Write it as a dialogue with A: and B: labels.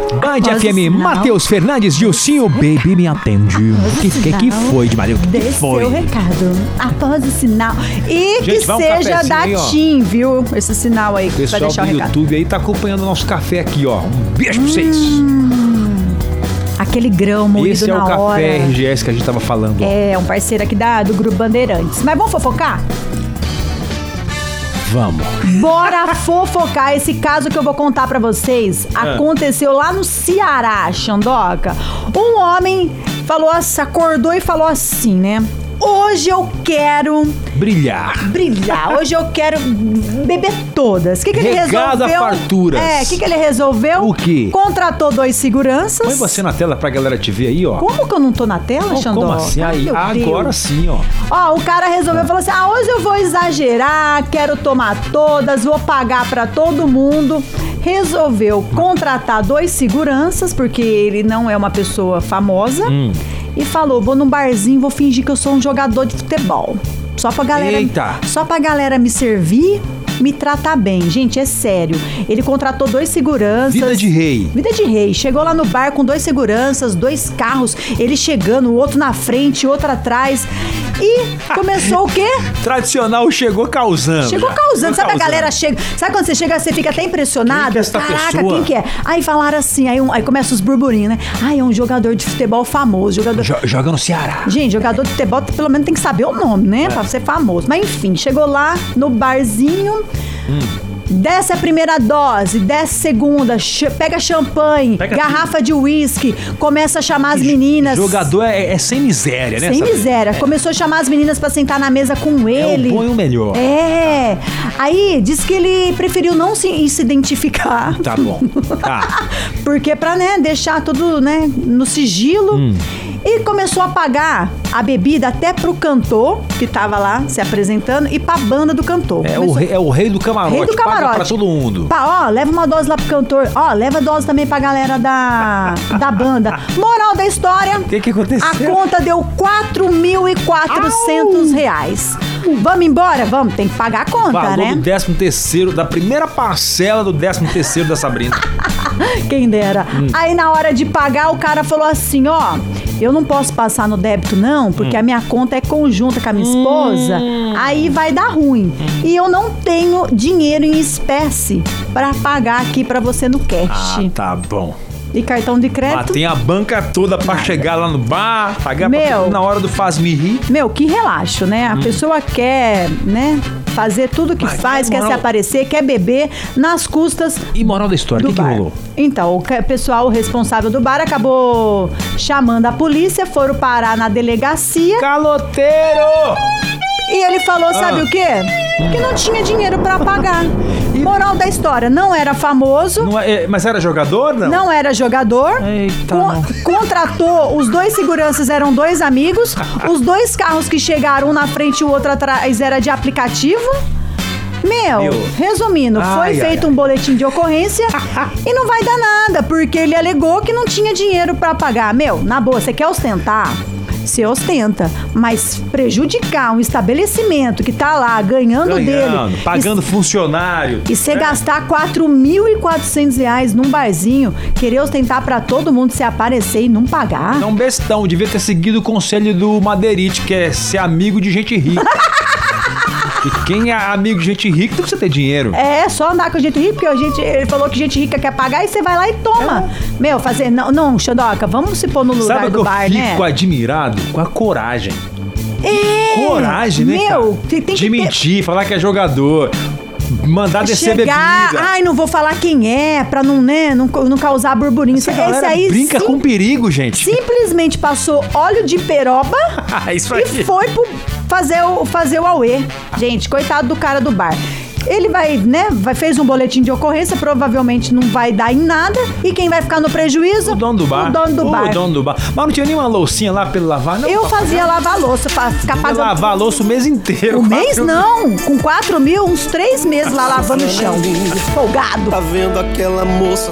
A: Band
B: Posso
A: FM,
B: sinal?
A: Matheus Fernandes, Gilcinho, baby me atende. Que que, que
B: sinal?
A: foi de Matheus? Que que
B: Desse
A: foi?
B: o recado. Após o sinal. E
C: Gente,
B: que
C: vai um
B: seja da
C: cafezinho, ó.
B: TIM, viu? Esse sinal aí
C: O
B: que
C: pessoal
B: vai deixar o
C: do
B: recado.
C: YouTube aí tá acompanhando o nosso café aqui, ó. Um beijo pra vocês.
B: Aquele grão Hum, moído
C: Esse é
B: na
C: o café
B: hora.
C: RGS que a gente tava falando. ó.
B: É, um parceiro aqui da, do Grupo Bandeirantes. Mas vamos fofocar?
A: Vamos.
B: Bora fofocar esse caso que eu vou contar pra vocês.
C: Ah.
B: Aconteceu lá no Ceará, Xandoca. Um homem falou, assim, acordou e falou assim, né? Hoje eu quero
C: Brilhar.
B: brilhar, hoje eu quero beber todas. O que, que ele
C: Regada
B: resolveu?
C: farturas.
B: É, o que, que ele resolveu?
C: O quê?
B: Contratou dois seguranças.
C: Põe você na tela pra galera te ver aí, ó.
B: Como que eu não tô na tela,
C: Como,
B: Xandoca?
C: como assim?
B: Ai,
C: Aí,
B: meu
C: agora
B: Deus.
C: sim, ó.
B: Ó, o cara resolveu, falou assim, ah, hoje eu vou exagerar, quero tomar todas, vou pagar pra todo mundo. Resolveu contratar dois seguranças, porque ele não é uma pessoa famosa. E falou, vou num barzinho, vou fingir que eu sou um jogador de futebol. Só pra galera...
C: Eita.
B: Só pra galera me servir, me tratar bem. Gente, é sério. Ele contratou dois seguranças.
C: Vida de rei.
B: Vida de rei. Chegou lá no bar com dois seguranças, dois carros, ele chegando, o outro na frente, o outro atrás. E começou o quê?
C: Tradicional chegou Tá causando.
B: Chegou
C: já.
B: causando.
C: Chegou
B: Sabe a galera chega. Sabe quando você chega, você fica até impressionado?
C: Quem que é essa
B: Caraca,
C: pessoa?
B: quem que é? Aí falaram assim, aí, um- aí começa os burburinhos, né? Ai, é um jogador de futebol famoso, jogador.
C: Jo- joga no Ceará.
B: Gente, jogador de futebol pelo menos tem que saber o nome,
C: É.
B: né? Pra ser famoso. Mas enfim, chegou lá no barzinho.
C: Hum.
B: Desce a primeira dose, desce a segunda, ch- pega champanhe,
C: Pega
B: garrafa de uísque, começa a chamar as meninas.
C: Jogador é, é sem miséria, né?
B: Sem
C: sabe?
B: miséria. Começou a chamar as meninas pra sentar na mesa com
C: É
B: ele.
C: o bom e o melhor.
B: É. Aí diz que ele preferiu não se, se identificar.
C: Tá bom. Tá.
B: Porque pra, né, deixar tudo, né, no sigilo.
C: Hum.
B: E começou a pagar a bebida até pro cantor que tava lá se apresentando e pra banda do cantor.
C: É o
B: Começou-
C: rei, é o rei do camarote.
B: Rei do
C: Paga
B: camarote.
C: pra todo mundo.
B: Pá, ó, leva uma dose lá pro cantor. Ó, leva dose também pra galera da, da banda. Moral da história. O
C: Que que aconteceu?
B: A conta deu 4.400 reais. Vamos embora? Vamos, tem que pagar a conta,
C: Valor
B: né?
C: do 13 terceiro, da primeira parcela do 13 terceiro da Sabrina.
B: Quem dera.
C: Hum.
B: Aí na hora de pagar, o cara falou assim, ó. Eu não posso passar no débito, não, porque
C: Hum.
B: a minha conta é conjunta com a minha esposa. Aí vai dar
C: Hum.
B: ruim. E eu não tenho dinheiro em espécie pra pagar aqui pra você no
C: Ah,
B: cash.
C: tá bom.
B: E cartão de
C: Mas
B: crédito.
C: tem a banca toda pra chegar lá no bar, pagar
B: Meu.
C: pra todo mundo na hora do faz-me rir.
B: Meu, que relaxo, né? A pessoa quer, né? Fazer tudo que
C: Hum. Mas
B: faz,
C: que
B: quer se
C: moral.
B: aparecer, quer beber nas custas
C: E moral da história, o
B: do
C: que, que
B: bar.
C: rolou?
B: Então, o ca- pessoal responsável do bar acabou chamando a polícia, foram parar na delegacia
C: Caloteiro!
B: e ele falou, sabe
C: Ah.
B: o quê? Que não tinha dinheiro pra pagar. Moral da história, não era famoso,
C: Não é- é- mas era jogador, não?
B: não era jogador.
C: Eita,
B: con-
C: não.
B: contratou, os dois seguranças eram dois amigos. Os dois carros que chegaram, um na frente e o outro atrás, era de aplicativo. Meu,
C: Meu.
B: resumindo,
C: Ai, ai,
B: foi feito um boletim de ocorrência e não vai dar nada, porque ele alegou que não tinha dinheiro pra pagar. Meu, na boa, você quer ostentar? Você ostenta, mas prejudicar um estabelecimento que tá lá ganhando,
C: Ganhando,
B: dele,
C: pagando funcionário. É.
B: e você gastar 4.400 reais num barzinho, querer ostentar pra todo mundo se aparecer e não pagar?
C: É um bestão, devia ter seguido o conselho do Madeirite, que é ser amigo de gente rica. e quem é amigo de gente rica não precisa ter dinheiro.
B: É, só andar com gente rica, porque a gente, ele falou que gente rica quer pagar e você vai lá e toma. Meu, fazer. Não, não, Xandoca, vamos se pôr no lugar
C: É. Sabe o que
B: do
C: eu
B: bar,
C: fico
B: né?
C: admirado? Com a coragem.
B: É,
C: Coragem, né,
B: Meu,
C: cara?
B: tem, tem
C: de
B: que ter-
C: mentir, falar que é jogador, mandar descer
B: chegar.
C: bebida.
B: Ai, não vou falar quem é, pra não, né, não, co- não causar burburinho.
C: Essa galera
B: aí
C: brinca
B: sim-
C: com perigo, gente. Ah,
B: simplesmente passou óleo de peroba.
C: Isso aí.
B: E foi pro fazer o, fazer o Aue. Gente, coitado do cara do bar. Ele vai, né, vai, fez um boletim de ocorrência, provavelmente não vai dar em nada. E quem vai ficar no prejuízo?
C: O dono do bar.
B: O dono do bar.
C: O dono do bar. Mas não tinha nenhuma loucinha lá pra ele lavar, não?
B: Eu
C: Pra
B: fazia lavar louça, pra ficar
C: ele
B: pagando...
C: lavar a louça o mês inteiro.
B: Um mês
C: Quatro-
B: não, com quatro mil, uns três meses lá lavando o chão. Folgado.
D: Tá vendo aquela moça?